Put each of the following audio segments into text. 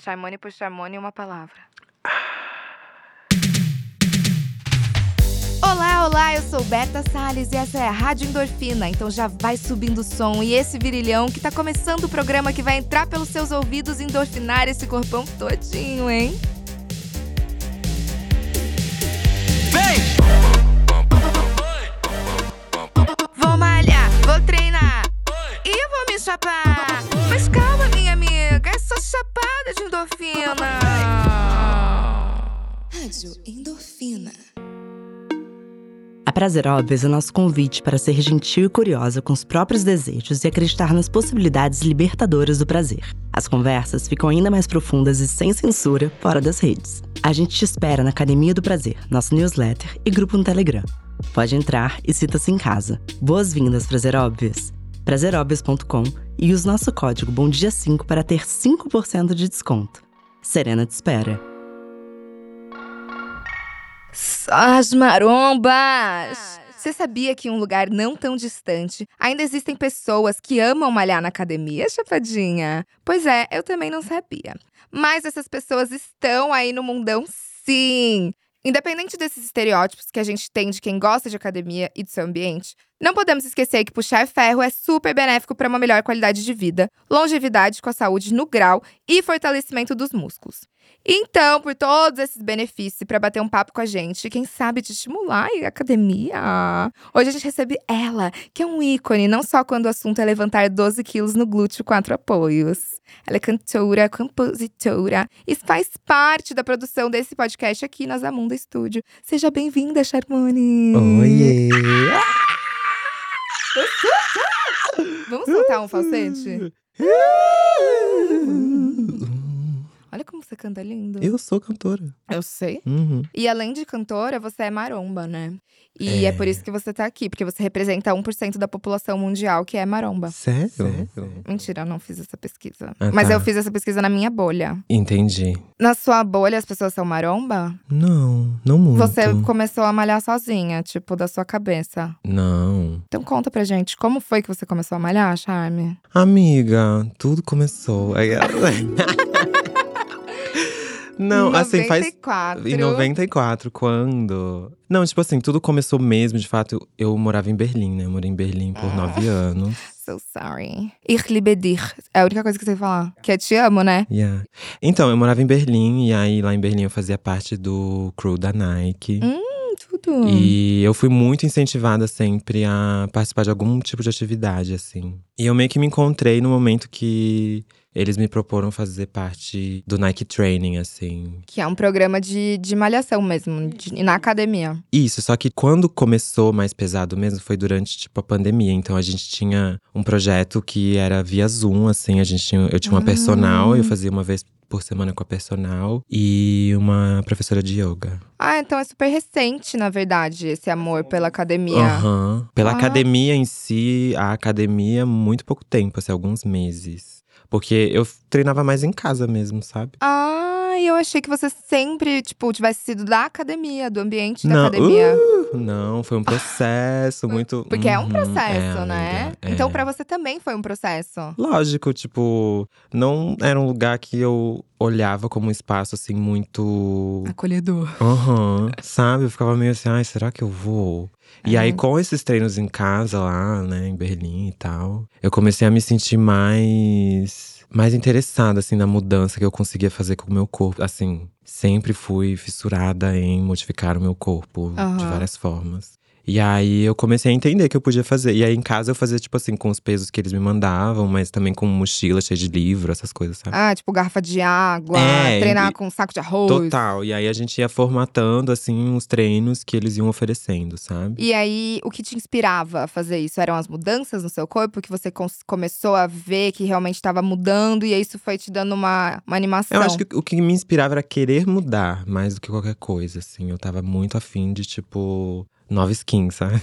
Chaimone por Chaimone, uma palavra. Olá, olá, eu sou Berta Salles e essa é a Rádio Endorfina. Então já vai subindo o som e esse virilhão que tá começando o programa que vai entrar pelos seus ouvidos e endorfinar esse corpão todinho, hein? Vou malhar, vou treinar e eu vou me chapar. Mas calma, minha amiga, é só chapada de endorfina. Rádio Endorfina. A Prazer Óbvios é o nosso convite para ser gentil e curiosa com os próprios desejos e acreditar nas possibilidades libertadoras do prazer. As conversas ficam ainda mais profundas e sem censura fora das redes. A gente te espera na Academia do Prazer, nosso newsletter e grupo no Telegram. Pode entrar e cita-se em casa. Boas-vindas, Prazer Óbvias! Prazeróbvias.com e use nosso código Bom Dia 5 para ter 5% de desconto. Serena te espera. As marombas! Você sabia que em um lugar não tão distante ainda existem pessoas que amam malhar na academia, chapadinha? Pois é, eu também não sabia. Mas essas pessoas estão aí no mundão, sim! Independente desses estereótipos que a gente tem de quem gosta de academia e do seu ambiente, não podemos esquecer que puxar ferro é super benéfico para uma melhor qualidade de vida, longevidade com a saúde no grau e fortalecimento dos músculos. Então, por todos esses benefícios, para bater um papo com a gente, quem sabe te estimular a academia. Hoje a gente recebe ela, que é um ícone, não só quando o assunto é levantar 12 quilos no glúteo quatro apoios. Ela é cantora, compositora e faz parte da produção desse podcast aqui na Zamunda Studio. Seja bem-vinda, Charmone! Oiê! Vamos soltar um falsete? Olha como você canta lindo. Eu sou cantora. Eu sei. Uhum. E além de cantora, você é maromba, né? E é, por isso que você tá aqui, porque você representa 1% da população mundial que é maromba. Sério? Mentira, eu não fiz essa pesquisa. Ah, Mas tá. eu fiz essa pesquisa na minha bolha. Entendi. Na sua bolha, as pessoas são maromba? Não, não muito. Você é começou a malhar sozinha, tipo, da sua cabeça. Não. Então conta pra gente, como foi que você começou a malhar, Charme? Amiga, tudo começou. Aí ela- não, assim, faz. 94. Em 94, quando? Não, tipo assim, tudo começou mesmo. De fato, eu morava em Berlim, né? Eu morei em Berlim por nove anos. So sorry. Ich liebe dich. É a única coisa que você fala. Que é te amo, né? Yeah. Então, eu morava em Berlim, e aí lá em Berlim eu fazia parte do crew da Nike. Hum, tudo. E eu fui muito incentivada sempre a participar de algum tipo de atividade, assim. E eu meio que me encontrei no momento que eles me proporam fazer parte do Nike Training, assim. Que é um programa de, de malhação mesmo, de- na academia. Isso, só que quando começou mais pesado mesmo foi durante, tipo, a pandemia. Então a gente tinha um projeto que era via Zoom, assim. A gente tinha, eu tinha uma personal, Hum. eu fazia uma vez por semana com a personal. E uma professora de yoga. Ah, então é super recente, na verdade, esse amor pela academia. Aham. Pela Ah. academia em si, a academia, muito pouco tempo, assim, alguns meses. Porque eu treinava mais em casa mesmo, sabe? Ah, e eu achei que você sempre, tipo, tivesse sido da academia, do ambiente da Não, academia. uh, não, foi um processo muito. Porque é um Uhum, processo, é, né? amiga, é. Então, pra você também foi um processo. Lógico, tipo, não era um lugar que eu olhava como um espaço assim muito. Acolhedor. Aham, sabe? Eu ficava meio assim, ai, será que eu vou? E É. aí, com esses treinos em casa lá, né, em Berlim e tal, eu comecei a me sentir mais. mais interessada, assim, na mudança que eu conseguia fazer com o meu corpo. Assim, sempre fui fissurada em modificar o meu corpo de Aham. várias formas. E aí eu comecei a entender que eu podia fazer. E aí em casa eu fazia, tipo assim, com os pesos que eles me mandavam, mas também com mochila cheia de livro, essas coisas, sabe? Ah, tipo, garrafa de água, É, treinar e- com saco de arroz. Total. E aí a gente ia formatando, assim, os treinos que eles iam oferecendo, sabe? E aí, o que te inspirava a fazer isso? Eram as mudanças no seu corpo que você cons- começou a ver que realmente estava mudando e aí isso foi te dando uma, uma animação. Eu acho que o que me inspirava era querer mudar mais do que qualquer coisa, assim. Eu tava muito afim de, tipo, nova skin, sabe?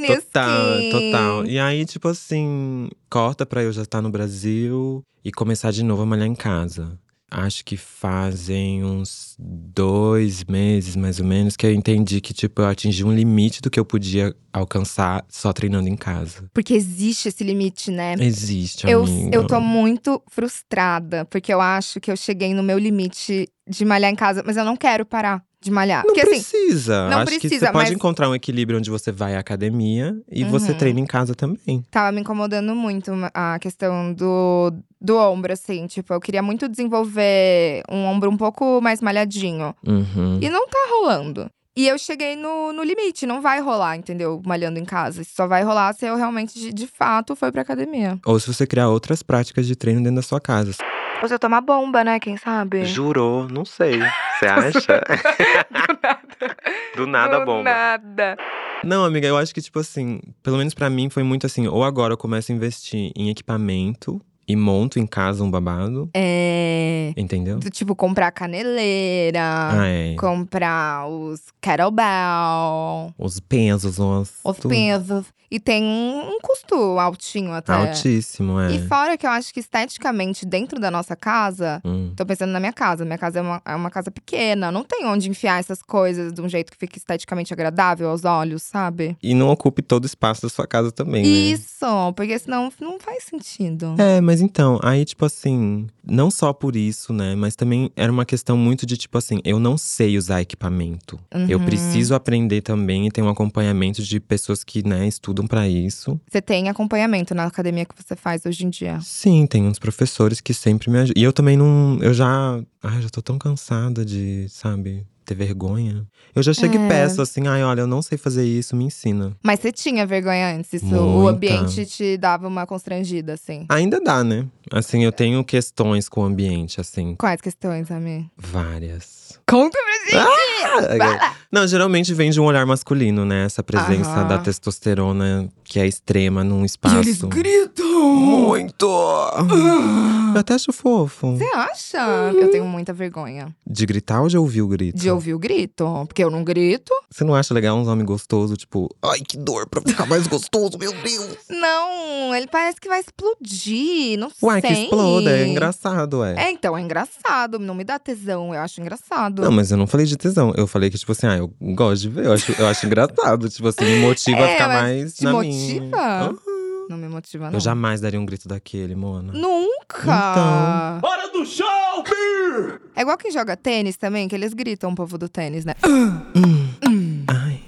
Nesse total, fim. total. E aí, tipo tá assim, corta pra eu já estar no Brasil e começar de novo a malhar em casa. acho que fazem uns dois meses, mais ou menos, que eu entendi que, tipo, eu atingi um limite do que eu podia alcançar só treinando em casa. Porque existe esse limite, né? Existe, Eu, amiga. eu tô muito frustrada, porque eu acho que eu cheguei no meu limite de malhar em casa, mas eu não quero parar de malhar. Não porque assim, precisa. não Acho que precisa, você pode mas- encontrar um equilíbrio onde você vai à academia e você Uhum. treina em casa também. tava me incomodando muito uma- a questão do, do ombro, assim. Tipo, eu queria muito desenvolver um ombro um pouco mais malhadinho. Uhum. E não tá rolando. E eu cheguei no, no limite, não vai rolar, entendeu? Malhando em casa. Isso só vai rolar se eu realmente, de, de fato, for pra academia. Ou se você criar outras práticas de treino dentro da sua casa. Ou se eu tomar bomba, né? Quem sabe? Jurou? Não sei. Você acha? Do Do nada. Não, amiga, eu acho que, tipo assim, pelo menos pra mim foi muito assim, ou agora eu começo a investir em equipamento e monto em casa um babado, É. entendeu? Do tipo, comprar caneleira. Ah, é. comprar os kettlebell, Os pensos, os. os tudo. pesos. E tem um, um custo altinho até. Altíssimo, é. E fora que eu acho que esteticamente, dentro da nossa casa… Hum. Tô pensando na minha casa. Minha casa é uma, é uma casa pequena. Não tem onde enfiar essas coisas de um jeito que fique esteticamente agradável aos olhos, sabe? E não ocupe todo o espaço da sua casa também, né? Isso! Porque senão não faz sentido. É, mas então, aí, tipo assim, não só por isso, né? Mas também era uma questão muito de, tipo assim, eu não sei usar equipamento. Eu Uhum. preciso aprender também e ter um acompanhamento de pessoas que, né, estudam pra isso. Você tem acompanhamento na academia que você faz hoje em dia. Sim, tem uns professores que sempre me ajudam. E eu também não. Eu já. Ai, já tô tão cansada de, sabe, ter vergonha. Eu já chego É. e peço assim, ai, olha, eu não sei fazer isso, me ensina. Mas você tinha vergonha antes? Isso, o Muita. ambiente te dava uma constrangida, assim. Ainda dá, né? Assim, eu tenho questões com o ambiente, assim, Quais questões, Ami? várias. Ah, Conta pra gente! Não, geralmente vem de um olhar masculino, né? Essa presença Aham. da testosterona que é extrema num espaço. gritam! Muito! Eu até acho fofo. Você acha? Eu tenho muita vergonha De gritar ou de ouvir o grito? de ouvir o grito. Porque eu não grito. Você não acha legal uns homens gostosos, tipo, ai, que dor, pra ficar mais gostoso, meu Deus. Não, ele parece que vai explodir. Não Uai, sei. que exploda, é engraçado, ué. É, então, é engraçado. Não me dá tesão, eu acho engraçado. Não, mas eu não falei de tesão. Eu falei que, tipo assim, ah, eu gosto de ver, eu acho, eu acho engraçado. Tipo assim, me motiva a É, ficar mas mais te na motiva? minha. Hã? Não me motiva, não. Eu jamais daria um grito daquele, Mona. Nunca! Então. Hora do show! É igual quem joga tênis também, que eles gritam o povo do tênis, né? Hum. Ai.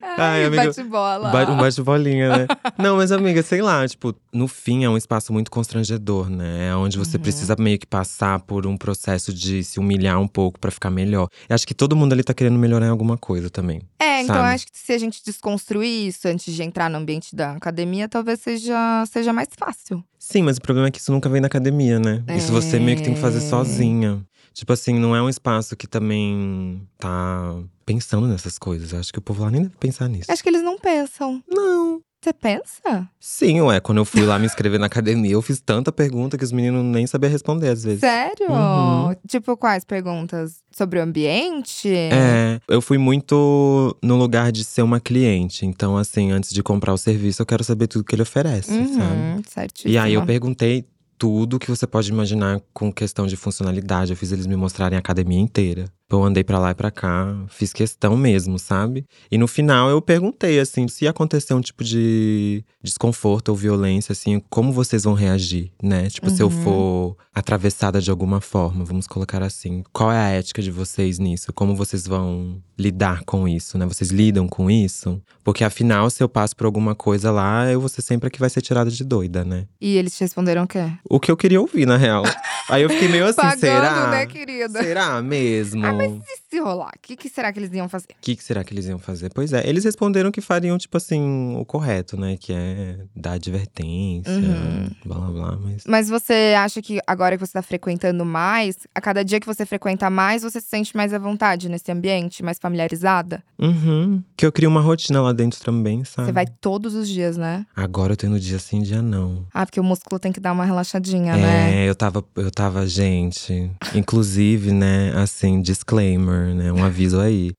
Ai, amiga, bate bola. Ba- Um bate-bolinha, né? Não, mas amiga, sei lá, tipo, no fim é um espaço muito constrangedor, né? É onde você Uhum. precisa meio que passar por um processo de se humilhar um pouco pra ficar melhor. Eu acho que todo mundo ali tá querendo melhorar em alguma coisa também. É, então eu sabe? acho que se a gente desconstruir isso antes de entrar no ambiente da academia, talvez seja, seja mais fácil. Sim, mas o problema é que isso nunca vem na academia, né? Isso você meio que tem que fazer É. sozinha. Tipo assim, não é um espaço que também tá pensando nessas coisas. Eu acho que o povo lá nem deve pensar nisso. Acho que eles não pensam. Não. Você pensa? Sim, ué. Quando eu fui lá me inscrever na academia, eu fiz tanta pergunta que os meninos nem sabiam responder às vezes. Sério? Uhum. Tipo, quais perguntas? Sobre o ambiente? É, eu fui muito no lugar de ser uma cliente. Então, assim, antes de comprar o serviço, eu quero saber tudo que ele oferece, sabe? Uhum, certíssimo. E aí eu perguntei tudo que você pode imaginar com questão de funcionalidade. Eu fiz eles me mostrarem a academia inteira. Eu andei pra lá e pra cá, fiz questão mesmo, sabe? E no final eu perguntei assim, se acontecer um tipo de desconforto ou violência assim, como vocês vão reagir, né? Tipo, se eu Uhum. for atravessada de alguma forma, vamos colocar assim, qual é a ética de vocês nisso? Como vocês vão lidar com isso, né? Vocês lidam com isso? Porque afinal, se eu passo por alguma coisa lá, eu vou ser sempre a que vai ser tirada de doida, né? E eles te responderam o quê? o que eu queria ouvir, na real. Aí eu fiquei meio assim, Pagando, será? né, querida? Será mesmo? Ah, O E se rolar? O que, que será que eles iam fazer? que, que será que eles iam fazer? Pois é, eles responderam que fariam, tipo assim, o correto, né? Que é dar advertência, Uhum. blá blá blá. Mas Mas você acha que agora que você tá frequentando mais, a cada dia que você frequenta mais, você se sente mais à vontade nesse ambiente, mais familiarizada? Uhum. Que eu crio uma rotina lá dentro também, sabe? Você vai todos os dias, né? Agora eu tô indo dia sim, dia não. Ah, porque o músculo tem que dar uma relaxadinha, né? É, eu tava, eu tava, gente. Inclusive, né, assim, disclaimer, né? Um aviso aí.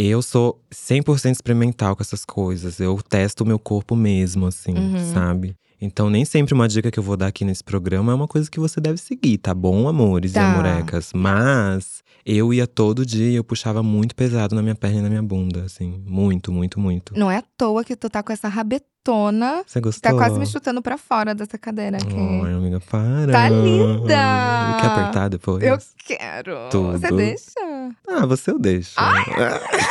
Eu sou 100% experimental com essas coisas. Eu testo o meu corpo mesmo, assim, Uhum. sabe? Então, nem sempre uma dica que eu vou dar aqui nesse programa é uma coisa que você deve seguir, tá bom, amores Tá. e amorecas? Mas eu ia todo dia e eu puxava muito pesado na minha perna e na minha bunda, assim. Muito, muito, muito. Não é à toa que tu tá com essa rabetona. Você Tu gostou? tá quase me chutando pra fora dessa cadeira aqui. Ai, amiga, para. Tá linda! Quer apertar depois? Eu quero. Tudo. Você deixa? Ah, você eu deixo. Ah, Ah,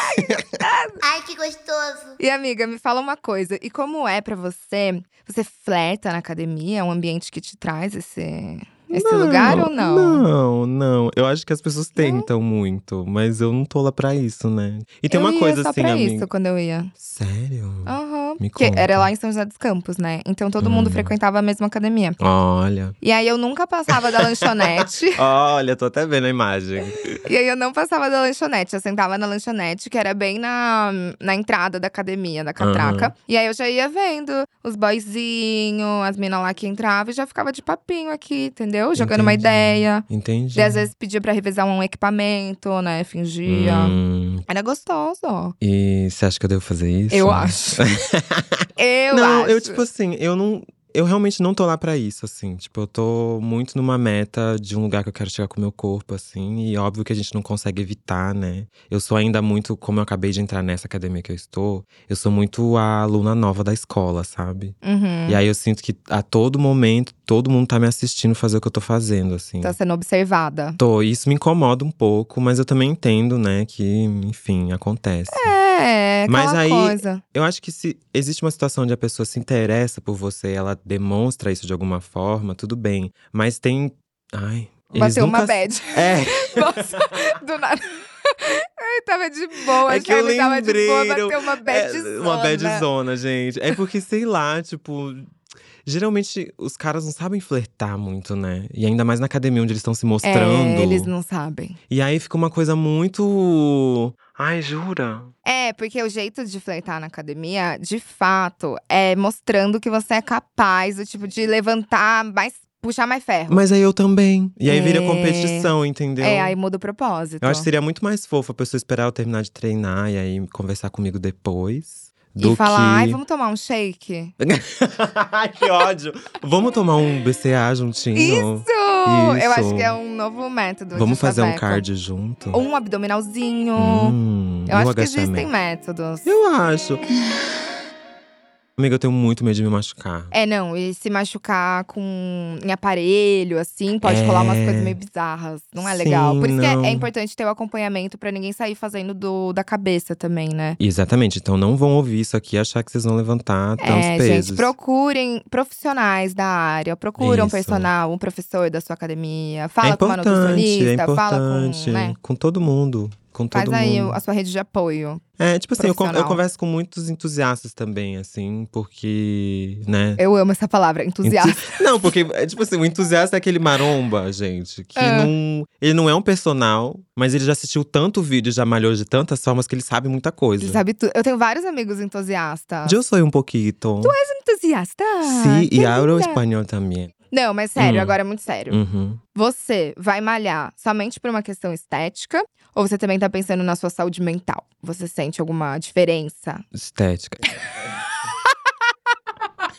Ai, que gostoso. E amiga, me fala uma coisa. E como é pra você? Você flerta na academia? É um ambiente que te traz esse, esse lugar ou não? Não, não. Eu acho que as pessoas tentam muito, mas eu não tô lá pra isso, né? E tem eu uma ia coisa só assim, pra amiga. isso Ah. quando eu ia. Sério? Aham. Me Porque conta. era lá em São José dos Campos, né? Então todo mundo Hum. frequentava a mesma academia. Olha. E aí eu nunca passava da lanchonete. Olha, tô até vendo a imagem. E aí eu não passava da lanchonete, eu sentava na lanchonete, que era bem na, na entrada da academia, da catraca. E aí eu já ia vendo os boyzinhos, as minas lá que entravam e já ficava de papinho aqui, entendeu? Jogando uma Entendi. ideia. Entendi. E às vezes pedia pra revisar um equipamento, né? Fingia. Hum, Era gostoso, ó. e você acha que eu devo fazer isso? é. Eu acho. eu não, acho. eu, tipo assim, eu não. Eu realmente não tô lá pra isso, assim. Tipo, eu tô muito numa meta de um lugar que eu quero chegar com o meu corpo, assim. E óbvio que a gente não consegue evitar, né? Eu sou ainda muito, como eu acabei de entrar nessa academia que eu estou, eu sou muito a aluna nova da escola, sabe? Uhum. E aí eu sinto que a todo momento, todo mundo tá me assistindo fazer o que eu tô fazendo, assim. Tá sendo observada. Tô, e isso me incomoda um pouco, mas eu também entendo, né, que, enfim, acontece. É, aquela Mas aí- coisa. Eu acho que se existe uma situação onde a pessoa se interessa por você, ela demonstra isso de alguma forma, tudo bem. Mas tem. Ai. eles Bateu nunca... uma bad. É, Nossa, do nada. Ai, tava de boa, É a que eu Charlie tava de boa, lembrei, bateu uma badzona. é uma bad zona, gente. É porque, sei lá, tipo. Geralmente os caras não sabem flertar muito, né? E ainda mais na academia, onde eles estão se mostrando. É, eles não sabem. E aí fica uma coisa muito. Ai, jura? É, porque o jeito de flertar na academia, de fato, é mostrando que você é capaz, do tipo, de levantar mais, puxar mais ferro. Mas aí eu também. E aí vira É. competição, entendeu? É, aí muda o propósito. Eu acho que seria muito mais fofo a pessoa esperar eu terminar de treinar e aí conversar comigo depois. Do e falar, ai, que. vamos tomar um shake. Ai, que ódio! Vamos tomar um BCA juntinho? Isso! Eu Isso. acho que é um novo método. de Vamos fazer um chaveco. cardio junto? Ou um abdominalzinho. Hum, e Eu o acho que agachamento? existem métodos. Eu acho. Amiga, eu tenho muito medo de me machucar. É, não, e se machucar com em aparelho, assim, pode rolar umas É. coisas meio bizarras. Não é Sim, legal. Por isso não. que é, é importante ter o acompanhamento pra ninguém sair fazendo do, da cabeça também, né? Exatamente, então não vão ouvir isso aqui e achar que vocês vão levantar tantos É, pesos. gente, procurem profissionais da área, procura um Isso. personal, um professor da sua academia, é fala com uma importante, é nutricionista, fala importante. com. Né? Com todo mundo. Com todo Faz aí mundo. a sua rede de apoio. É, tipo assim, eu, con- eu profissional. converso com muitos entusiastas também, assim, porque, né? Eu amo essa palavra, entusiasta. Entu- Não, porque, é, tipo assim, o entusiasta é aquele maromba, gente, que É. não. Ele não é um personal, mas ele já assistiu tanto vídeo, já malhou de tantas formas que ele sabe muita coisa. Ele sabe tudo. Eu tenho vários amigos entusiastas. Eu sou um pouquinho. é Entusiasta! Sim, que e linda. hablo um espanhol também. Não, mas sério, Hum. agora é muito sério. Uhum. Você vai malhar somente por uma questão estética? Ou você também tá pensando na sua saúde mental? Você sente alguma diferença? Estética.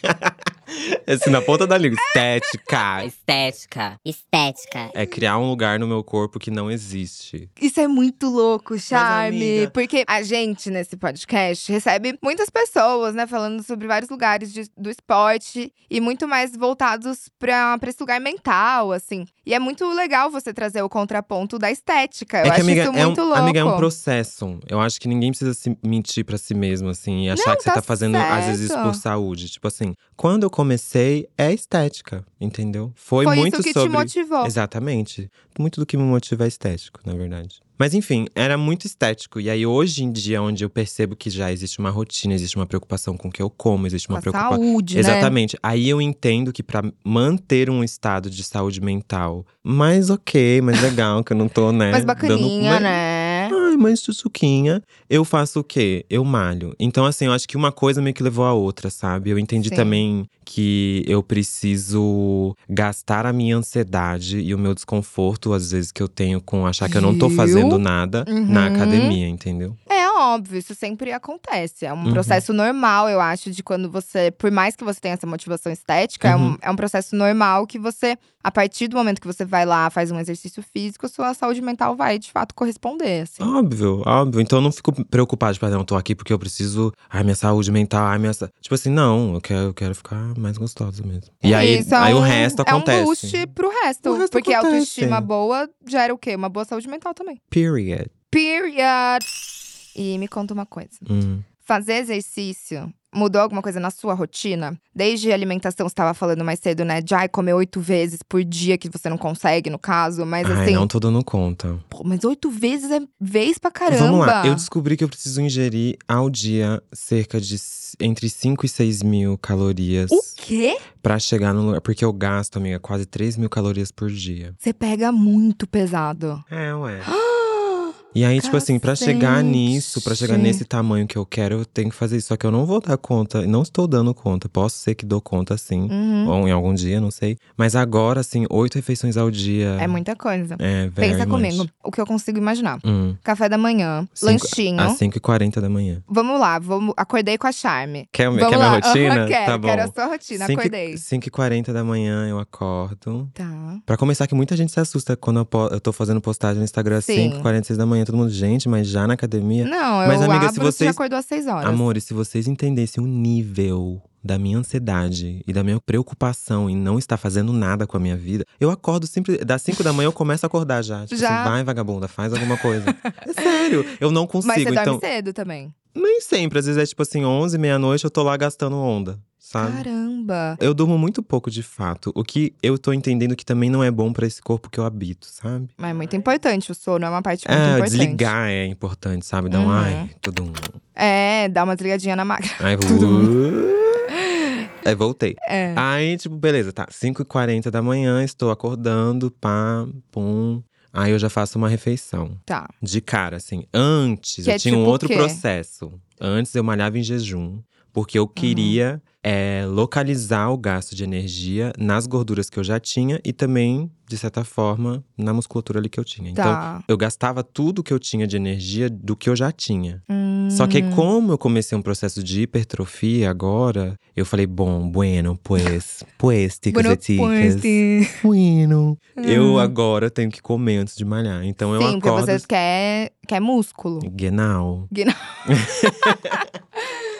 assim, na ponta da língua. Estética. Estética. Estética. É criar um lugar no meu corpo que não existe. Isso é muito louco, Charme. amiga- Porque a gente, nesse podcast, recebe muitas pessoas, né? Falando sobre vários lugares de- do esporte. E muito mais voltados pra, pra esse lugar mental, assim. E é muito legal você trazer o contraponto da estética. Eu é que, acho amiga, isso é muito um, louco. amiga, é um processo. Eu acho que ninguém precisa se mentir pra si mesmo, assim, e achar Não, que você tá tá fazendo, às vezes, certo. por saúde. Tipo assim, quando eu comecei, é estética, entendeu? Foi, Foi muito isso que sobre. te motivou. Exatamente. Muito do que me motiva é estético, na verdade. Mas enfim, era muito estético. E aí, hoje em dia, onde eu percebo que já existe uma rotina, existe uma preocupação com o que eu como, existe Com uma a preocupação. saúde, né? Exatamente. Aí eu entendo que pra manter um estado de saúde mental mais ok, mais legal, que eu não tô, né? Mais dando, bacaninha, mais- né? Ai, mais sussuquinha. Eu faço o quê? Eu malho. Então, assim, eu acho que uma coisa meio que levou à outra, sabe? Eu entendi Sim. também que eu preciso gastar a minha ansiedade e o meu desconforto, às vezes, que eu tenho com achar que eu não tô Viu? fazendo nada na Uhum. academia, entendeu? É óbvio, isso sempre acontece. É um Uhum. processo normal, eu acho, de quando você, por mais que você tenha essa motivação estética, é, um, Uhum. é um processo normal que você, a partir do momento que você vai lá, faz um exercício físico, sua saúde mental vai de fato corresponder, assim. Óbvio, óbvio. Então eu não fico preocupado, tipo, ah, não, tô aqui porque eu preciso. Ai, minha saúde mental, ai, minha. sa- Tipo assim, não, eu quero, eu quero ficar mais gostosa mesmo. E aí, Isso é aí um- o resto É acontece. um boost pro resto. O resto porque a acontece. autoestima boa gera o quê? Uma boa saúde mental também. Period. Period! E me conta uma coisa. Hum. Fazer exercício mudou alguma coisa na sua rotina? Desde alimentação, você estava falando mais cedo, né? De ai, comer oito vezes por dia, que você não consegue, no caso. Mas ai, assim, não tô dando conta. pô, mas oito vezes é vez pra caramba. Vamos lá, eu descobri que eu preciso ingerir ao dia cerca de s- entre 5 e 6 mil calorias O quê? pra chegar no lugar. Porque eu gasto, amiga, quase 3 mil calorias por dia. Você pega muito pesado. É, ué. E aí, tipo assim, pra chegar Cacete. nisso, pra chegar nesse tamanho que eu quero, eu tenho que fazer isso. Só que eu não vou dar conta, não estou dando conta. Posso ser que dou conta sim, Uhum. ou em algum dia, não sei. Mas agora, assim, oito refeições ao dia. É muita coisa. É, very Pensa much. comigo, o que eu consigo imaginar. Hum, Café da manhã, Cinco- lanchinho. às 5h40 da manhã. Vamos lá, vamos, acordei com a Charme. Quer, Vamos quer lá. minha rotina? quero, tá bom. quero a sua rotina, Cinco e- acordei. 5h40 da manhã eu acordo. Tá. Pra começar, que muita gente se assusta quando eu, po- eu tô fazendo postagem no Instagram às Sim. 5h46 da manhã. Todo mundo, gente, mas já na academia? Não, Mas, eu amiga, abro, se você já vocês- acordou às seis horas. Amores, se vocês entendessem o nível da minha ansiedade e da minha preocupação em não estar fazendo nada com a minha vida, eu acordo sempre. Das 5 da manhã eu começo a acordar já. Tipo Já. assim, vai, vagabunda, faz alguma coisa. é sério, eu não consigo. Mas você então, dorme cedo também. nem sempre. Às vezes é tipo assim, 11, meia-noite, eu tô lá gastando onda, sabe? Caramba. Eu durmo muito pouco de fato, o que eu tô entendendo que também não é bom pra esse corpo que eu habito, sabe? Mas é muito importante, o sono é uma parte muito É, importante. desligar é importante, sabe? Dá um Uhum. ai, todo mundo. É, dá uma desligadinha na máquina. Aí, aí voltei. É. Aí, tipo, beleza, tá. 5h40 da manhã, estou acordando, pá, pum. Aí eu já faço uma refeição. Tá. De cara, assim. Antes, Que eu é tinha um tipo o outro quê? processo. Antes eu malhava em jejum, porque eu Uhum. queria é, localizar o gasto de energia nas gorduras que eu já tinha e também, de certa forma, na musculatura ali que eu tinha. Então, tá. eu gastava tudo que eu tinha de energia do que eu já tinha. Então, Só que aí, Hum. como eu comecei um processo de hipertrofia agora, eu falei, bom, bueno, pues, pues, ticas Bueno, e ticas, pois, bueno. Eu Hum. agora tenho que comer antes de malhar, então eu Sim, porque acordo… vocês querem quer músculo. Genau,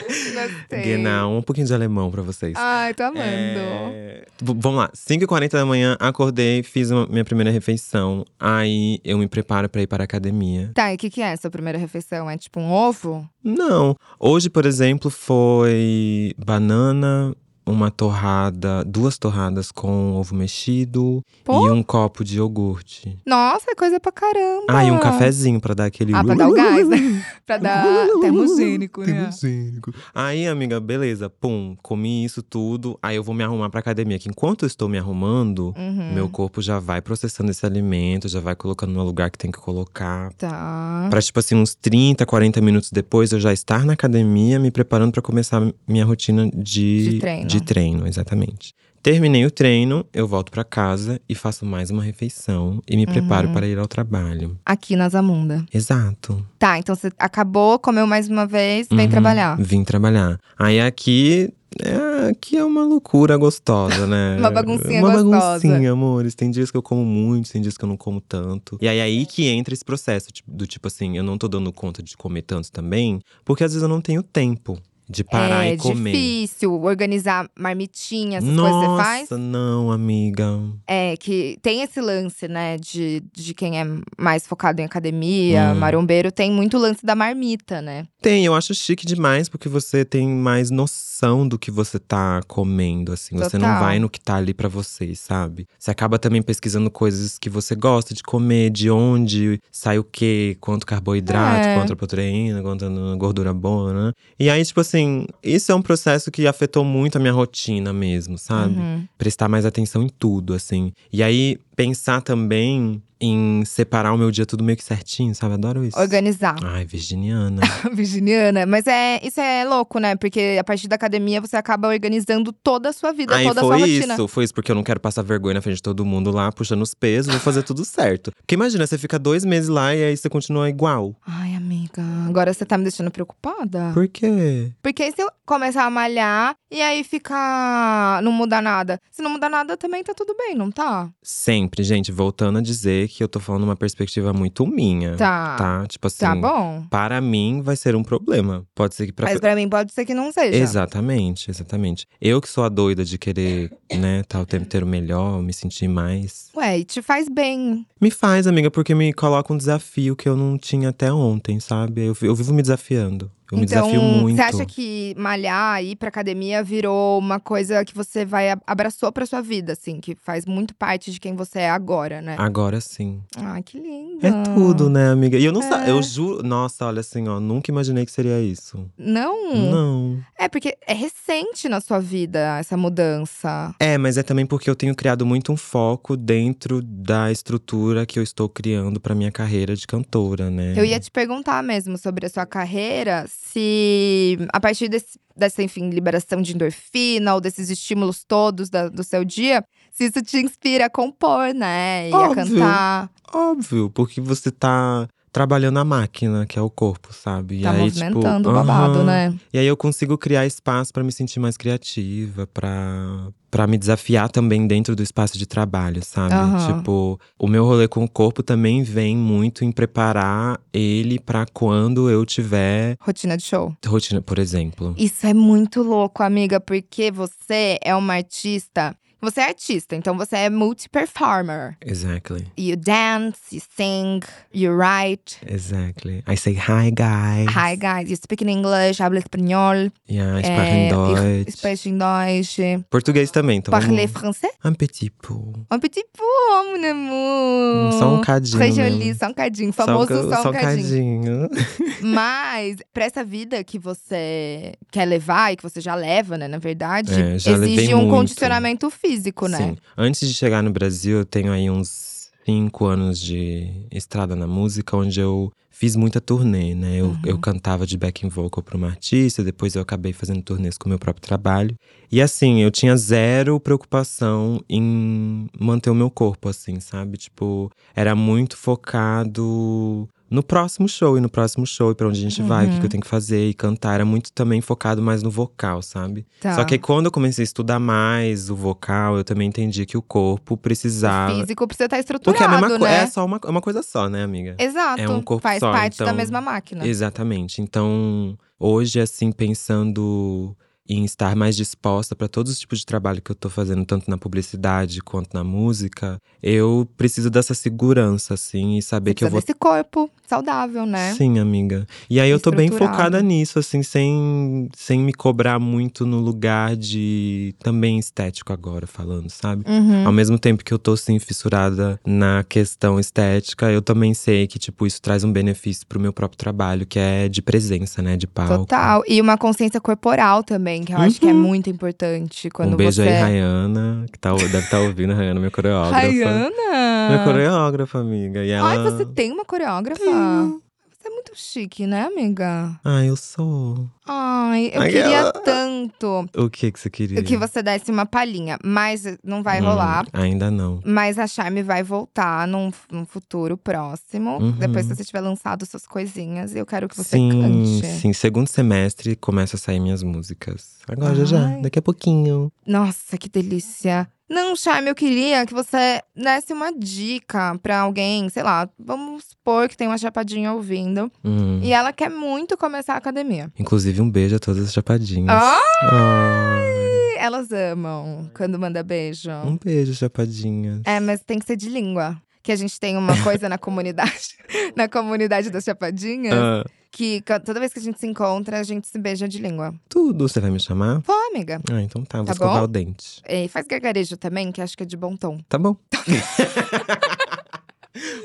Gostei. genau, um pouquinho de alemão pra vocês. Ai, tô amando. É, v- Vamos lá, 5h40 da manhã, acordei, fiz uma- minha primeira refeição. Aí eu me preparo pra ir para a academia. Tá, e o que, que é essa primeira refeição? É tipo um ovo? Não. Hoje, por exemplo, foi banana, uma torrada, duas torradas com ovo mexido Pô. e um copo de iogurte. Nossa, é coisa pra caramba. Ah, e um cafezinho pra dar aquele. Ah, pra dar o gás, né? pra dar termogênico, né? Termogênico. Aí, amiga, beleza, pum, comi isso tudo. Aí eu vou me arrumar pra academia. Que enquanto eu estou me arrumando, Uhum. meu corpo já vai processando esse alimento, já vai colocando no lugar que tem que colocar. Tá. Pra, tipo assim, uns 30, 40 minutos depois eu já estar na academia me preparando pra começar minha rotina de, De treino. treino, exatamente. Terminei o treino, eu volto pra casa e faço mais uma refeição e me preparo para ir ao trabalho. Aqui na Zamunda. Exato. Tá, então você acabou, comeu mais uma vez, vem Uhum, trabalhar. Vim trabalhar. Aí aqui. é, aqui é uma loucura gostosa, né? Uma baguncinha Uma gostosa. baguncinha, amores. Tem dias que eu como muito, tem dias que eu não como tanto. E aí, aí que entra esse processo tipo, do tipo assim, eu não tô dando conta de comer tanto também, porque às vezes eu não tenho tempo de parar é e comer. difícil organizar marmitinha, essas Nossa, coisas que você faz. não, amiga. É, que tem esse lance, né, de, de quem é mais focado em academia, Hum. marombeiro, tem muito lance da marmita, né? Tem, eu acho chique demais, porque você tem mais noção do que você tá comendo, assim. Você não Total. vai no que tá ali pra você, sabe? Você acaba também pesquisando coisas que você gosta de comer, de onde sai o quê, quanto carboidrato, É. quanto proteína, quanto gordura boa, né? E aí, tipo assim, isso é um processo que afetou muito a minha rotina mesmo, sabe? Uhum. prestar mais atenção em tudo, assim. E aí, pensar também em separar o meu dia tudo meio que certinho, sabe? Adoro isso. Ah. Organizar. Ai, virginiana. Virginiana. Mas é, isso é louco, né? Porque a partir da academia você acaba organizando toda a sua vida, Aí toda a sua foi rotina. isso, foi isso, porque eu não quero passar vergonha na frente de todo mundo lá, puxando os pesos, vou fazer tudo certo. Porque imagina, você fica dois meses lá e aí você continua igual. Ai, amiga, agora você tá me deixando preocupada. Por quê? Porque se eu começar a malhar e aí ficar. não muda nada. Se não muda nada, também tá tudo bem, não tá? Sempre, gente, voltando a dizer que eu tô falando uma perspectiva muito minha. Tá. Tá? Tipo assim. Tá bom. Para mim, vai ser um problema. Pode ser que pra Mas pra mim pode ser que não seja. Exatamente, exatamente. Eu que sou a doida de querer, né, tá o tempo inteiro melhor, me sentir mais. Ué, e te faz bem. Me faz, amiga, porque me coloca um desafio que eu não tinha até ontem, sabe? Eu, vi- eu vivo me desafiando. Eu me então, desafio muito. você acha que malhar e ir pra academia virou uma coisa que você vai ab- abraçou pra sua vida, assim, que faz muito parte de quem você é agora, né? Agora sim. Ai, que lindo. É tudo, né, amiga? E eu não sa- É. eu juro, nossa, olha assim, ó, nunca imaginei que seria isso. Não? Não. É porque é recente na sua vida essa mudança. É, mas é também porque eu tenho criado muito um foco dentro da estrutura que eu estou criando pra minha carreira de cantora, né? Eu ia te perguntar mesmo sobre a sua carreira, se a partir desse- dessa, enfim, liberação de endorfina ou desses estímulos todos da- do seu dia, se isso te inspira a compor, né? E a Óbvio. cantar. Óbvio, porque você tá trabalhando a máquina, que é o corpo, sabe? E tá aí, movimentando tipo, o babado, aham. né? E aí eu consigo criar espaço pra me sentir mais criativa, pra para me desafiar também dentro do espaço de trabalho, sabe? Aham. Tipo, o meu rolê com o corpo também vem muito em preparar ele pra quando eu tiver Rotina de show. rotina, por exemplo. Isso é muito louco, amiga, porque você é uma artista. Você é artista, então você é multi-performer. Exactly. You dance, you sing, you write. Exactly. I say hi guys. Hi, guys, you speak in English, habla espanhol. Yeah, É, é, Deutsch. Sprechen Deutsch. Português também, então. Parler Vamos... français? Un petit peu. Um petit peu, mon amour. Só um cadinho. Très mesmo. joli, só um cadinho. Hum, Famoso só um, cadinho. cadinho. Mas, pra essa vida que você quer levar e que você já leva, né, na verdade, É, já exige levei um muito. condicionamento físico, né? Sim. Antes de chegar no Brasil, eu tenho aí uns cinco anos de estrada na música, onde eu fiz muita turnê, né? Eu, eu cantava de backing vocal pra uma artista, depois eu acabei fazendo turnês com o meu próprio trabalho. E assim, eu tinha zero preocupação em manter o meu corpo, assim, sabe? Tipo, era muito focado no próximo show e no próximo show, e pra onde a gente vai, o que, que eu tenho que fazer e cantar. Era muito também focado mais no vocal, sabe? Tá. Só que aí, quando eu comecei a estudar mais o vocal, eu também entendi que o corpo precisava. O físico precisa estar estruturado, tá. Porque é a mesma coisa. né? É só uma, é uma coisa só, né, amiga? Exato. é um corpo Faz só, parte da então- mesma máquina. Exatamente. Então, hoje, assim, pensando em estar mais disposta para todos os tipos de trabalho que eu tô fazendo, tanto na publicidade quanto na música, eu preciso dessa segurança, assim, e saber Você que precisa eu vou desse corpo saudável, né? Sim, amiga. E aí eu tô bem Estruturado. focada nisso, assim, sem, sem me cobrar muito no lugar de também estético agora, falando, sabe? Uhum. Ao mesmo tempo que eu tô, assim, fissurada na questão estética, eu também sei que, tipo, isso traz um benefício pro meu próprio trabalho, que é de presença, né? De palco. Total. E uma consciência corporal também, que eu acho que é muito importante quando Uhum. um beijo você. aí, Rayana, que tá, deve estar ouvindo, Rayana, minha coreógrafa. Minha Rayana! coreógrafa, amiga. E ela... Ai, você tem uma coreógrafa? Você é muito chique, né, amiga? Ah, eu sou. Ai, eu Ai, queria ela- tanto O que que você queria? que você desse uma palhinha, mas não vai Hum, rolar. Ainda não. Mas a Charme vai voltar num, num futuro próximo. Uhum. Depois que você tiver lançado suas coisinhas, eu quero que você sim, cante. Sim, segundo semestre começa a sair minhas músicas. Agora já já, Ai. daqui a pouquinho. Nossa, que delícia. Não, Charme, eu queria que você desse uma dica pra alguém, sei lá, vamos supor que tem uma chapadinha ouvindo. Hum. E ela quer muito começar a academia. Inclusive, um beijo a todas as chapadinhas. Ah. Ai, Ai. elas amam quando manda beijo. Um beijo, chapadinhas. É, mas tem que ser de língua. Que a gente tem uma coisa na comunidade, na comunidade das chapadinhas, Ah, que ca- toda vez que a gente se encontra, a gente se beija de língua. tudo, você vai me chamar? Vou, amiga. Ah, então tá, vou Tá escovar bom? o dente. E faz gargarejo também, que acho que é de bom tom. Tá bom.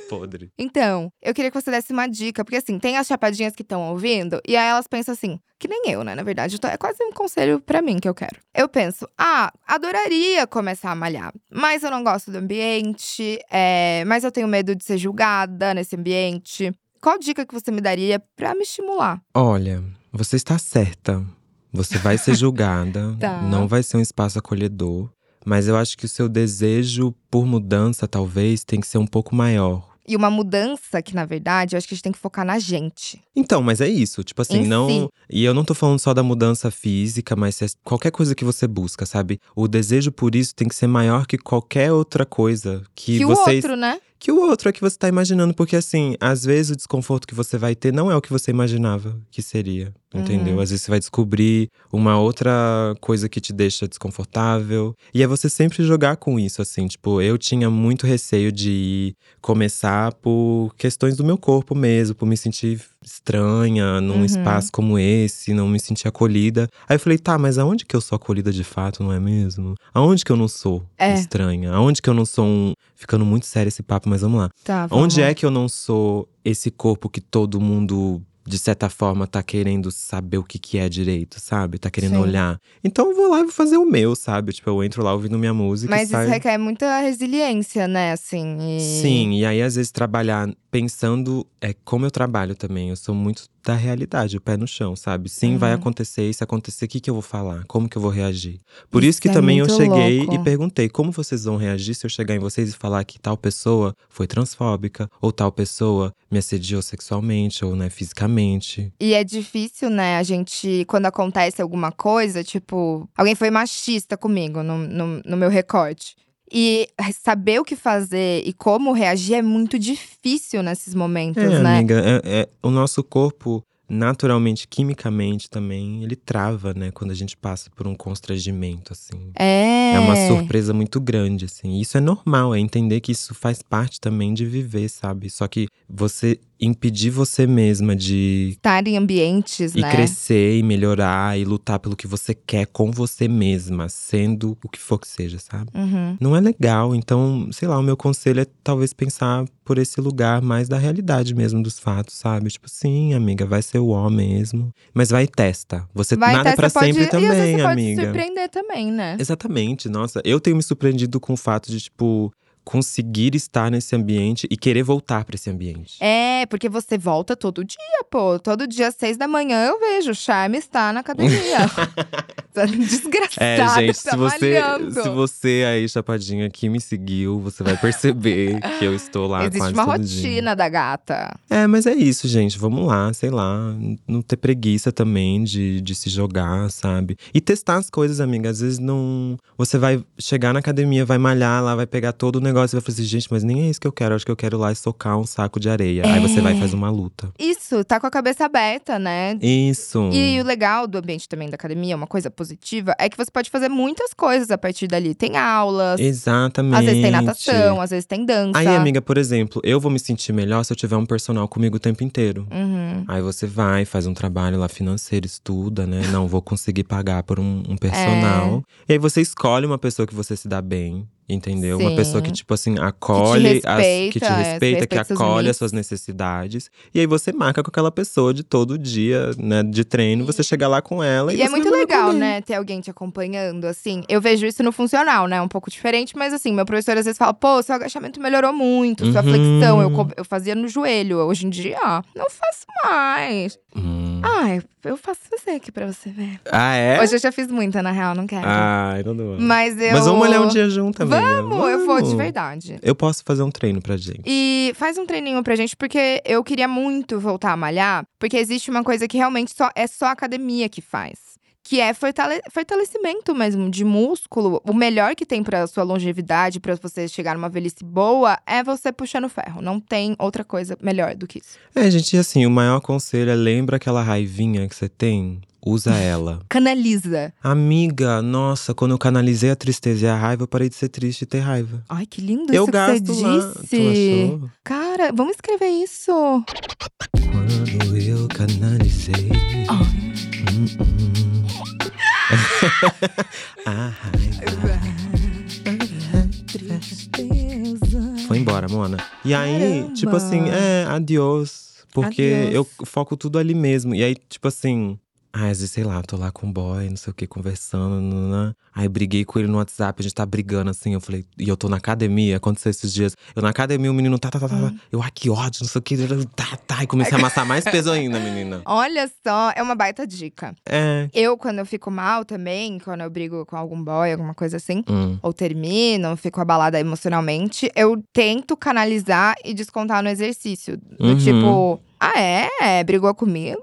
Podre. Então, eu queria que você desse uma dica, porque assim, tem as chapadinhas que estão ouvindo, e aí elas pensam assim, que nem eu, né? Na verdade, eu tô- é quase um conselho pra mim que eu quero. Eu penso, ah, adoraria começar a malhar, mas eu não gosto do ambiente, é, mas eu tenho medo de ser julgada nesse ambiente. Qual dica que você me daria pra me estimular? Olha, você está certa. Você vai ser julgada. Tá. Não vai ser um espaço acolhedor. Mas eu acho que o seu desejo por mudança, talvez, tem que ser um pouco maior. E uma mudança que, na verdade, eu acho que a gente tem que focar na gente. Então, mas é isso, tipo assim, Em não. si. E eu não tô falando só da mudança física, mas se é qualquer coisa que você busca, sabe? O desejo por isso tem que ser maior que qualquer outra coisa que, que você. o outro, né? Que o outro é que você tá imaginando, porque assim, às vezes o desconforto que você vai ter não é o que você imaginava que seria, entendeu? Uhum. Às vezes você vai descobrir uma outra coisa que te deixa desconfortável. E é você sempre jogar com isso, assim, tipo, eu tinha muito receio de começar por questões do meu corpo mesmo, por me sentir estranha num Uhum. espaço como esse, não me sentir acolhida. Aí eu falei, tá, mas aonde que eu sou acolhida de fato, não é mesmo? Aonde que eu não sou É. estranha? Aonde que eu não sou um. Ficando muito sério esse papo, mas vamos lá. Tá, vamos Onde lá. é que eu não sou esse corpo que todo mundo, de certa forma, tá querendo saber o que, que é direito, sabe? Tá querendo Sim. olhar. Então eu vou lá e vou fazer o meu, sabe? Tipo, eu entro lá ouvindo minha música e Mas saio. isso requer muita resiliência, né? Assim. e- Sim, e aí às vezes trabalhar pensando é como eu trabalho também. Eu sou muito da realidade, o pé no chão, sabe? Sim, vai Uhum. acontecer, e se acontecer, o que, que eu vou falar? Como que eu vou reagir? Por Isso isso, que é também eu muito cheguei louco. e perguntei como vocês vão reagir se eu chegar em vocês e falar que tal pessoa foi transfóbica, ou tal pessoa me assediou sexualmente, ou né, fisicamente. E é difícil, né? A gente, quando acontece alguma coisa, tipo, alguém foi machista comigo no, no, no meu recorte. E saber o que fazer e como reagir é muito difícil nesses momentos, É, né? amiga, é- é- o nosso corpo, naturalmente, quimicamente também, ele trava, né? Quando a gente passa por um constrangimento, assim. É. É uma surpresa muito grande, assim. Isso é normal, é entender que isso faz parte também de viver, sabe? Só que você impedir você mesma de Estar em ambientes, e né? crescer e melhorar e lutar pelo que você quer com você mesma, sendo o que for que seja, sabe? Uhum. Não é legal, então, sei lá, o meu conselho é talvez pensar por esse lugar mais da realidade mesmo dos fatos, sabe? Tipo, sim, amiga, vai ser o ó mesmo, mas vai e testa. Você Vai nada até é pra você pode... sempre e às vezes também, você pode se amiga. surpreender também, né? Exatamente, nossa. Eu tenho me surpreendido com o fato de, tipo, conseguir estar nesse ambiente e querer voltar pra esse ambiente. É, porque você volta todo dia, pô. Todo dia, às seis da manhã, eu vejo. O Charme está na academia. Tá Desgraçado, É, gente, tá se você, malhando. se você aí, chapadinha, que me seguiu, você vai perceber que eu estou lá Existe quase uma todo dia. rotina da gata. É, mas é isso, gente. Vamos lá, sei lá. Não ter preguiça também de, de se jogar, sabe? E testar as coisas, amiga. Às vezes não. Você vai chegar na academia, vai malhar lá, vai pegar todo o negócio e vai falar assim, gente, mas nem é isso que eu quero. Acho que eu quero lá socar um saco de areia. Aí você É. vai e faz uma luta. Isso, tá com a cabeça aberta, né? Isso. E o legal do ambiente também da academia, uma coisa positiva, é que você pode fazer muitas coisas a partir dali. Tem aulas, Exatamente. às vezes tem natação, às vezes tem dança. Aí, amiga, por exemplo, eu vou me sentir melhor se eu tiver um personal comigo o tempo inteiro. Uhum. Aí você vai, faz um trabalho lá financeiro, estuda, né? Não vou conseguir pagar por um, um personal. É. E aí você escolhe uma pessoa que você se dá bem, entendeu? Uma pessoa que, Sim. tipo assim, acolhe, as- que respeita, te é, respeita, que respeita seus acolhe as limites. suas necessidades. E aí você marca com aquela pessoa de todo dia, né? De treino, você chega lá com ela e, E é você muito vai malhar com legal, alguém. né, ter alguém te acompanhando, assim. Eu vejo isso no funcional, né, um pouco diferente. Mas assim, meu professor às vezes fala, pô, seu agachamento melhorou muito, sua Uhum. flexão. Eu, co- eu fazia no joelho, hoje em dia, ó, não faço mais. Hum. Ai, eu faço você aqui pra você ver. Ah, é? Hoje eu já fiz muita, na real, não quero. Ai, não dou. é. Mas eu… Mas vamos olhar um dia junto, amiga. Vamos, eu vou, de Vamos. verdade. Eu posso fazer um treino pra gente. E faz um treininho pra gente, porque eu queria muito voltar a malhar, porque existe uma coisa que realmente só é só a academia que faz. Que é fortale- fortalecimento mesmo de músculo. O melhor que tem pra sua longevidade, pra você chegar numa velhice boa, é você puxando ferro. Não tem outra coisa melhor do que isso. É, gente, e assim, o maior conselho é lembra aquela raivinha que você tem? Usa ela. Canaliza. Amiga, nossa, quando eu canalizei a tristeza e a raiva, eu parei de ser triste e ter raiva. Ai, que lindo eu isso que você gasto lá. disse. Tu achou? Cara, vamos escrever isso. Quando eu canalizei. Hum, hum. a raiva. Tristeza. Foi agora, Mona. E aí, Caramba. tipo assim, é, adiós. Porque Adiós. eu foco tudo ali mesmo. E aí, tipo assim. Ah, às vezes, sei lá, eu tô lá com o boy, não sei o que, conversando. nananã. Aí briguei com ele no WhatsApp, a gente tá brigando assim. Eu falei, e eu tô na academia, aconteceu esses dias. Eu na academia, o menino tá, tá, tá, tá. Hum. tá. Eu, ah, que ódio, não sei o que. Tá, tá. E comecei a amassar mais peso ainda, menina. Olha só, é uma baita dica. É. Eu, quando eu fico mal também, quando eu brigo com algum boy, alguma coisa assim, Hum. ou termino, ou fico abalada emocionalmente, eu tento canalizar e descontar no exercício. Do Uhum. tipo, ah, é? Brigou comigo?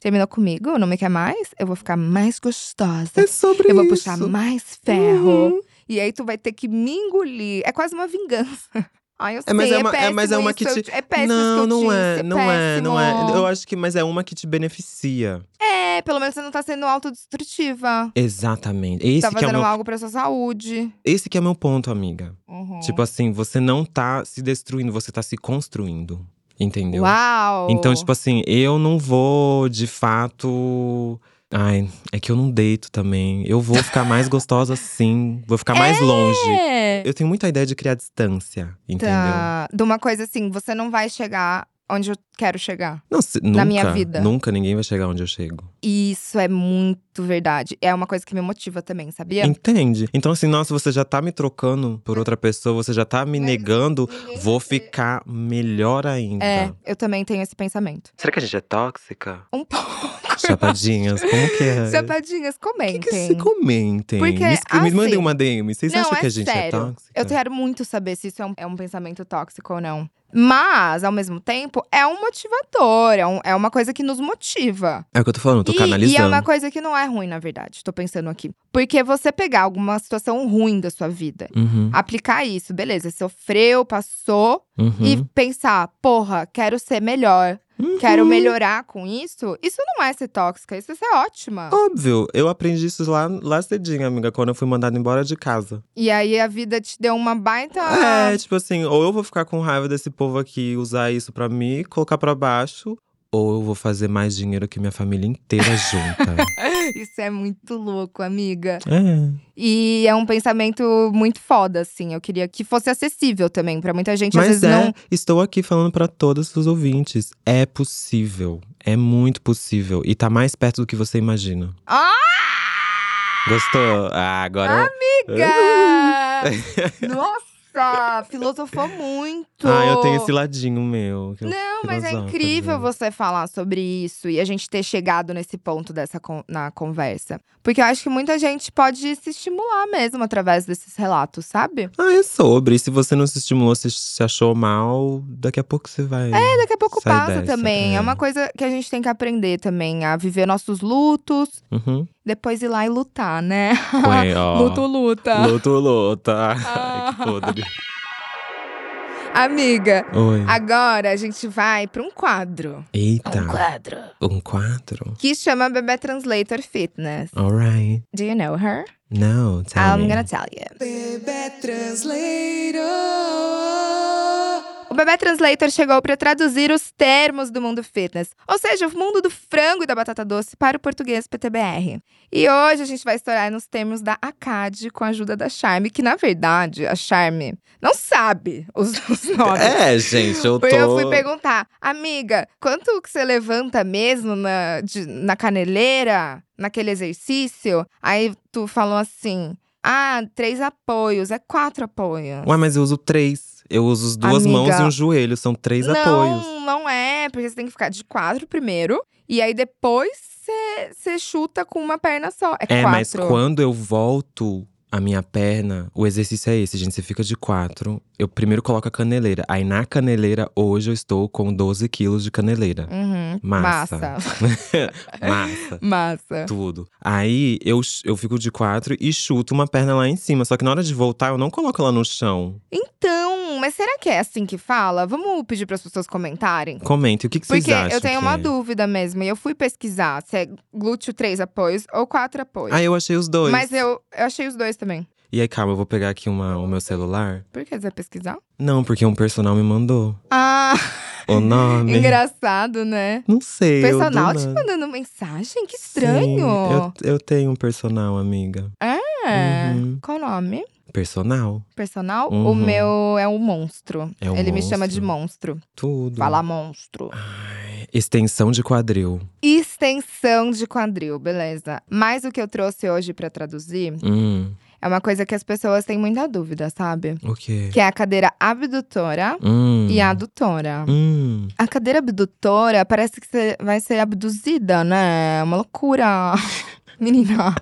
Terminou comigo? Não me quer mais? Eu vou ficar mais gostosa. É sobre Eu vou isso. Uhum. puxar mais ferro. E aí tu vai ter que me engolir. É quase uma vingança. Ai, eu É, mas sei, é uma- é, péssimo mas é uma que isso, eu- te- É péssimo isso que não, eu não disse, é, não é, não péssimo. é. Eu acho que, mas é uma que te beneficia. É, pelo menos você não tá sendo autodestrutiva. Exatamente. Esse, Tá que, é o fazendo meu, algo pra sua saúde. esse que é o meu ponto, amiga. Uhum. Tipo assim, você não tá se destruindo, você tá se construindo. Entendeu? Uau! Então, tipo assim, eu não vou de fato. Ai, é que eu não deito também. Eu vou ficar mais gostosa sim, vou ficar mais longe. É. Eu tenho muita ideia de criar distância, entendeu? Tá. De uma coisa assim, você não vai chegar onde eu quero chegar. Não, se- nunca, Na minha vida. Nunca ninguém vai chegar onde eu chego. Isso é muito verdade. É uma coisa que me motiva também, sabia? Entende? Então, assim, nossa, você já tá me trocando por outra pessoa, você já tá me Mas- negando, vou ficar melhor ainda. É, eu também tenho esse pensamento. Será que a gente é tóxica? Um pouco. Chapadinhas, como que é? Chapadinhas, O que, comentem. que se comentem? Porque, me, escre- me assim, mandem uma DM. Vocês não, acham é que a gente é sério. tóxica? Eu quero muito saber se isso é um, é um pensamento tóxico ou não. Mas, ao mesmo tempo, é um motivador, é, um- é uma coisa que nos motiva. É o que eu tô falando, eu tô e, canalizando. e é uma coisa que não é ruim, na verdade, tô pensando aqui. Porque você pegar alguma situação ruim da sua vida, Uhum, aplicar isso, beleza, sofreu, passou, uhum, e pensar, porra, quero ser melhor, uhum. quero melhorar com isso, isso não é ser tóxica, isso é ser ótima. Óbvio, eu aprendi isso lá, lá cedinho, amiga, quando eu fui mandada embora de casa. E aí a vida te deu uma baita. É, tipo assim, ou eu vou ficar com raiva desse povo aqui, usar isso pra mim, colocar pra baixo, ou eu vou fazer mais dinheiro que minha família inteira junta. Isso é muito louco, amiga. É. E é um pensamento muito foda, assim. Eu queria que fosse acessível também pra muita gente. às Mas vezes é, não. estou aqui falando pra todos os ouvintes, é possível, é muito possível e tá mais perto do que você imagina. Ah! Gostou? Ah, agora É. Amiga! Nossa! Filosofou muito! eu Ah, eu tenho esse ladinho meu. que eu- Não, mas é filosofa, incrível né? você falar sobre isso e a gente ter chegado nesse ponto dessa con- na conversa. Porque eu acho que muita gente pode se estimular mesmo através desses relatos, sabe? Ah, é sobre. E se você não se estimulou, se, se achou mal, daqui a pouco você vai. E daqui a pouco Sai passa dessa, também. É. é. uma coisa que a gente tem que aprender também, a viver nossos lutos, Uhum. depois ir lá e lutar, né? Ué, ó. Luto, luta. Luto, luta. Ai, Ah. que podre. Amiga, Oi. agora a gente vai pra um quadro Eita. quadro. Um quadro? que chama Bebê Translator Fitness. Alright. Do you know her? No, tell I'm me. gonna tell you. O Bebê Translator chegou para traduzir os termos do mundo fitness, ou seja, o mundo do frango e da batata doce para o português PTBR. E hoje a gente vai estourar nos termos da ACAD com a ajuda da Charme, que na verdade a Charme não sabe os, os nomes. É, gente, eu tô… Porque eu fui perguntar, amiga, quanto que você levanta mesmo na, de- na caneleira, naquele exercício? Aí tu falou assim, ah, três apoios, é quatro apoios. Ué, mas eu uso três. Eu uso as duas Amiga. mãos e um joelho. São três não, apoios. não é, porque você tem que ficar de quatro primeiro, e aí depois você- você chuta com uma perna só, é, É, quatro. mas quando eu volto a minha perna, o exercício é esse, gente. Você fica de quatro. Eu primeiro coloco a caneleira. Aí na caneleira, hoje eu estou com 12 quilos de caneleira. Uhum, Massa. Massa. É. Massa. Massa. Tudo. Aí eu, ch- eu fico de quatro e chuto uma perna lá em cima. Só que na hora de voltar, eu não coloco ela no chão. Então, mas será que é assim que fala? Vamos pedir para as pessoas comentarem? Comente, o que, que vocês Porque acham? eu tenho que uma é? dúvida mesmo. E eu fui pesquisar se é glúteo três apoios ou quatro apoios. Ah, eu achei os dois. Mas eu, eu achei os dois também. E aí, calma, eu vou pegar aqui uma- o meu celular. Por que você vai pesquisar? Não, porque um personal me mandou Ah, o nome. engraçado, né? Não sei. eu do Personal te nada. mandando mensagem? Que Sim, estranho. eu, eu tenho um personal, amiga. É. Uhum. Qual o nome? Personal. Personal? O Uhum. meu é o monstro. É um Ele me chama de monstro. monstro. Tudo. Fala monstro. Extensão de quadril. Extensão de quadril, beleza. Mas o que eu trouxe hoje pra traduzir Hum. é uma coisa que as pessoas têm muita dúvida, sabe? O quê? Que é a cadeira abdutora Hum. e adutora. Hum. A cadeira abdutora parece que você vai ser abduzida, né? É Uma loucura. Menina,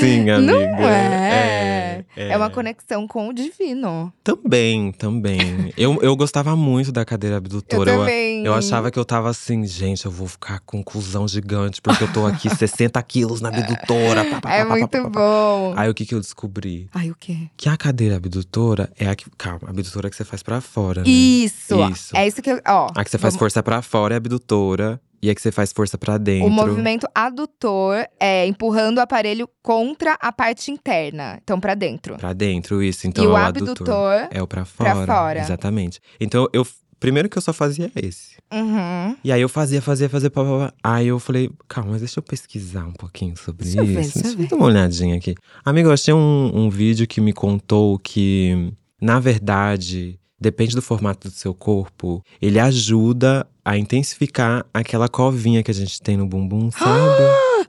Sim, amiga. é. É, é. uma conexão com o divino. Também, também. eu, eu gostava muito da cadeira abdutora. eu também. eu achava que eu tava assim, gente, eu vou ficar com um cuzão gigante, porque eu tô aqui 60 quilos na abdutora. pá, pá, pá, É pá, pá, pá, muito pá, pá. bom. Aí o que que eu descobri? Ai, o quê? Que a cadeira abdutora é a que. Calma, a abdutora que você faz pra fora, né? Isso. Isso. É isso que eu. Ó, A que você faz vamos- força pra fora é abdutora. E a que você faz força pra dentro. O movimento adutor é empurrando o aparelho contra a parte interna, então pra dentro. Pra dentro, isso. Então e é o o abdutor. É o pra pra fora. fora. Exatamente. Então eu. Primeiro que eu só fazia esse. Uhum. E aí eu fazia, fazia, fazia. Pá, pá, pá. Aí eu falei, calma, mas deixa eu pesquisar um pouquinho sobre Deixa eu ver, isso. deixa eu ver. dar uma olhadinha aqui. Amigo, eu achei um, um vídeo que me contou que, na verdade, depende do formato do seu corpo, ele ajuda a intensificar aquela covinha que a gente tem no bumbum, sabe?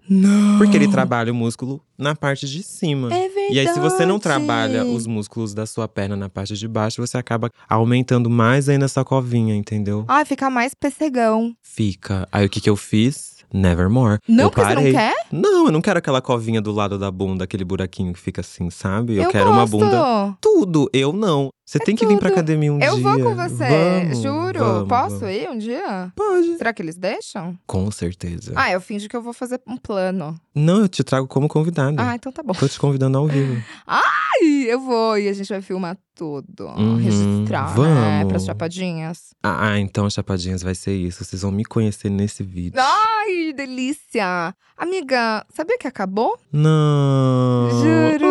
Não. Porque ele trabalha o músculo na parte de cima. É verdade. E aí, se você não trabalha os músculos da sua perna na parte de baixo, você acaba aumentando mais ainda essa covinha, entendeu? Ah, fica mais pessegão. Fica. Aí o que que eu fiz? Nevermore. Não, eu porque você parei. não quer? Não, eu não quero aquela covinha do lado da bunda, aquele buraquinho que fica assim, sabe? Eu, quero uma gosto. É bunda. Tudo, eu não. Você tem que vir pra tudo. academia um Eu dia. vou com você, Vamos, juro. vamos, Posso vamos. ir um dia? Pode. Será que eles deixam? Com certeza. Ah, eu finjo que eu vou fazer um plano. Não, eu te trago como convidada. Ah, então tá bom. Tô te convidando ao vivo. Ai, eu vou e a gente vai filmar tudo. Uhum, registrar, né? vamos. Pras chapadinhas. Ah, ah, então, Chapadinhas, vai ser isso. Vocês vão me conhecer nesse vídeo. Ai, delícia! Amiga, sabia que acabou? Não! Juro.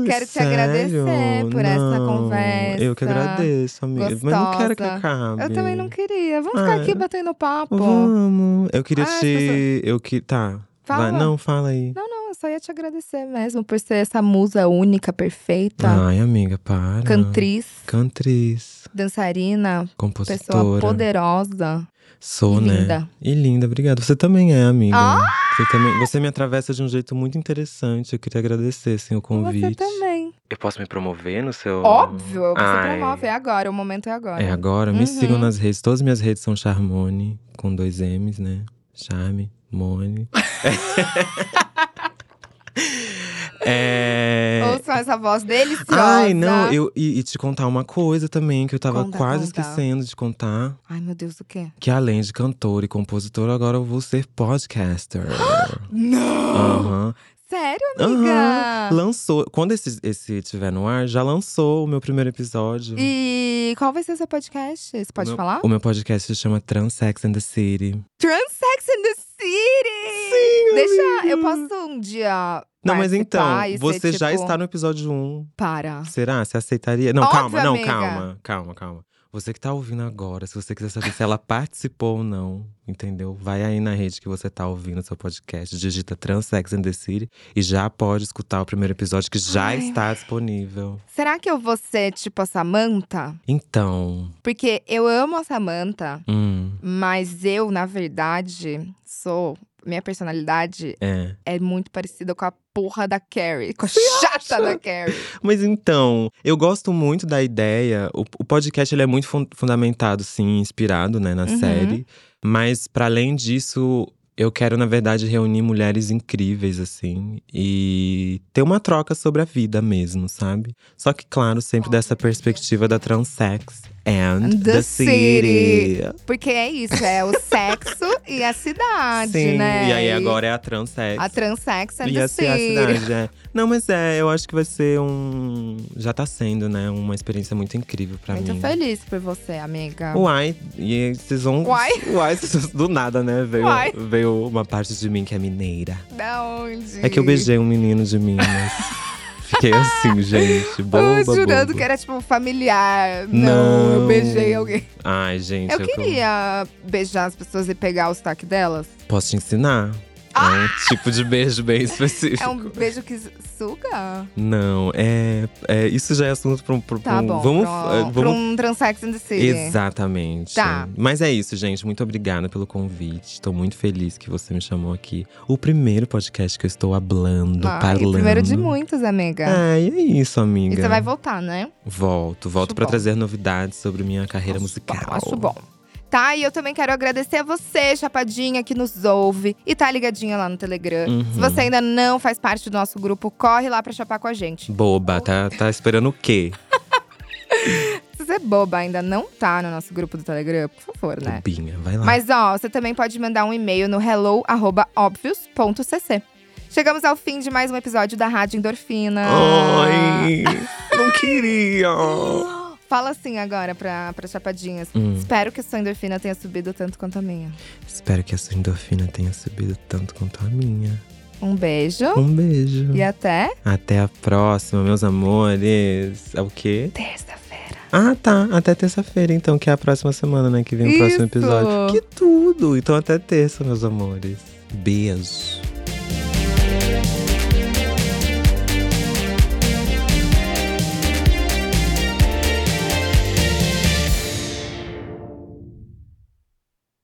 Ai, Quero te sério? agradecer por essa Não. conversa Eu que agradeço, amiga. Mas não quero que gostosa. acabe. Eu também não queria. Vamos ficar Ah, aqui batendo papo. Vamos. Eu queria Ah, as te. Eu que. Tá. Fala. Vai. Não, fala aí. Não, não, eu só ia te agradecer mesmo por ser essa musa única, perfeita, Ai, amiga, para. Tá. cantriz, Cantriz. dançarina, pessoa Compositora. poderosa. Sou, e né? linda. E linda, obrigado. Você também é, amiga. Ah! Você, também, você me atravessa de um jeito muito interessante. Eu queria agradecer, assim, o convite. Você também. Eu posso me promover no seu. Óbvio, você Oh. Ai. promove. É agora, o momento é agora. É agora. Me Uhum. sigam nas redes. Todas as minhas redes são Charmone, com dois M's, né? Charme, Mone. é. Ouçam essa voz deliciosa. Ai, não, eu e, e te contar uma coisa também que eu tava Conta, quase conta. esquecendo de contar, Ai, meu Deus, o quê? que além de cantor e compositor, agora eu vou ser podcaster. Não! Aham. Sério, Aham. amiga? Lançou, quando esse esse tiver no ar, já lançou o meu primeiro episódio. E qual vai ser seu podcast? Você pode O meu- falar? O meu podcast se chama Transex and the City. Transsex in the City! Sim, Deixa, eu posso um dia. Não, mas então, participar e ser, você já tipo, está no episódio 1. Para. Ah. Será? Você aceitaria? Não, Óbvio, calma, não, amiga. calma, calma, calma. Você que tá ouvindo agora, se você quiser saber se ela participou ou não, entendeu? Vai aí na rede que você tá ouvindo seu podcast, digita Transex and the City e já pode escutar o primeiro episódio que já Ai. está disponível. Será que eu vou ser tipo a Samantha? Então, Porque eu amo a Samantha, hum, mas eu, na verdade, sou. Minha personalidade é. é muito parecida com a porra da Carrie, com a chata acha? da Carrie. Mas então, eu gosto muito da ideia. O, o podcast ele é muito fun- fundamentado, sim, inspirado né, na Uhum. série. Mas para além disso, eu quero, na verdade, reunir mulheres incríveis, assim, e ter uma troca sobre a vida mesmo, sabe? Só que, claro, sempre dessa perspectiva da transex and The the, city. city. Porque é isso, é o sexo e a cidade, Sim, né? e aí agora é a transex. A transsex and E the essa é a city. cidade, é. Não, mas é, eu acho que vai ser um. Já tá sendo, né? Uma experiência muito incrível pra Muito mim. feliz por você, amiga. Uai, e vocês vão. Uai. Uai, vocês- do nada, né? Veio, Uai. veio uma parte de mim que é mineira. Da onde? É que eu beijei um menino de Minas. Fiquei assim, gente. Boba, eu jurando boba. que era, tipo, familiar. Não, eu Não. beijei alguém. Ai, gente. Eu é o que queria beijar as pessoas e pegar o sotaque delas. Posso te ensinar? É um tipo de beijo bem específico. Ah! É um beijo que suga? Não, é, é- Isso já é assunto pra um. pra um- Tá bom. Vamos. pra, eh, um- pra vamos um transex in the city. Exatamente. Tá. Mas é isso, gente. Muito obrigada pelo convite. Tô muito feliz que você me chamou aqui. O primeiro podcast que eu estou hablando, Ai, falando. Tá, Primeiro de muitos, amiga. Ai, é isso, amiga. E você vai voltar, né? Volto, Acho volto pra bom. trazer novidades sobre minha carreira musical. Bom, acho bom. Tá, e eu também quero agradecer a você, Chapadinha, que nos ouve e tá ligadinha lá no Telegram. Uhum. Se você ainda não faz parte do nosso grupo, corre lá pra chapar com a gente. Boba, tá, tá esperando o quê? Se você é boba ainda não tá no nosso grupo do Telegram, por favor, né? Bobinha, vai lá. Mas ó, você também pode mandar um e-mail no hello@obvious.cc. Chegamos ao fim de mais um episódio da Rádio Endorfina. Ai, não queria. Fala assim agora pra, pra Chapadinhas. Hum. Espero que sua endorfina tenha subido tanto quanto a minha. Espero que a sua endorfina tenha subido tanto quanto a minha. Um beijo Um beijo. e até Até a próxima, meus amores. É o quê? terça-feira. Ah, tá. Até terça-feira, então, que é a próxima semana, né? Que vem o próximo Isso. episódio. Que tudo! Então, até terça, meus amores. Beijo.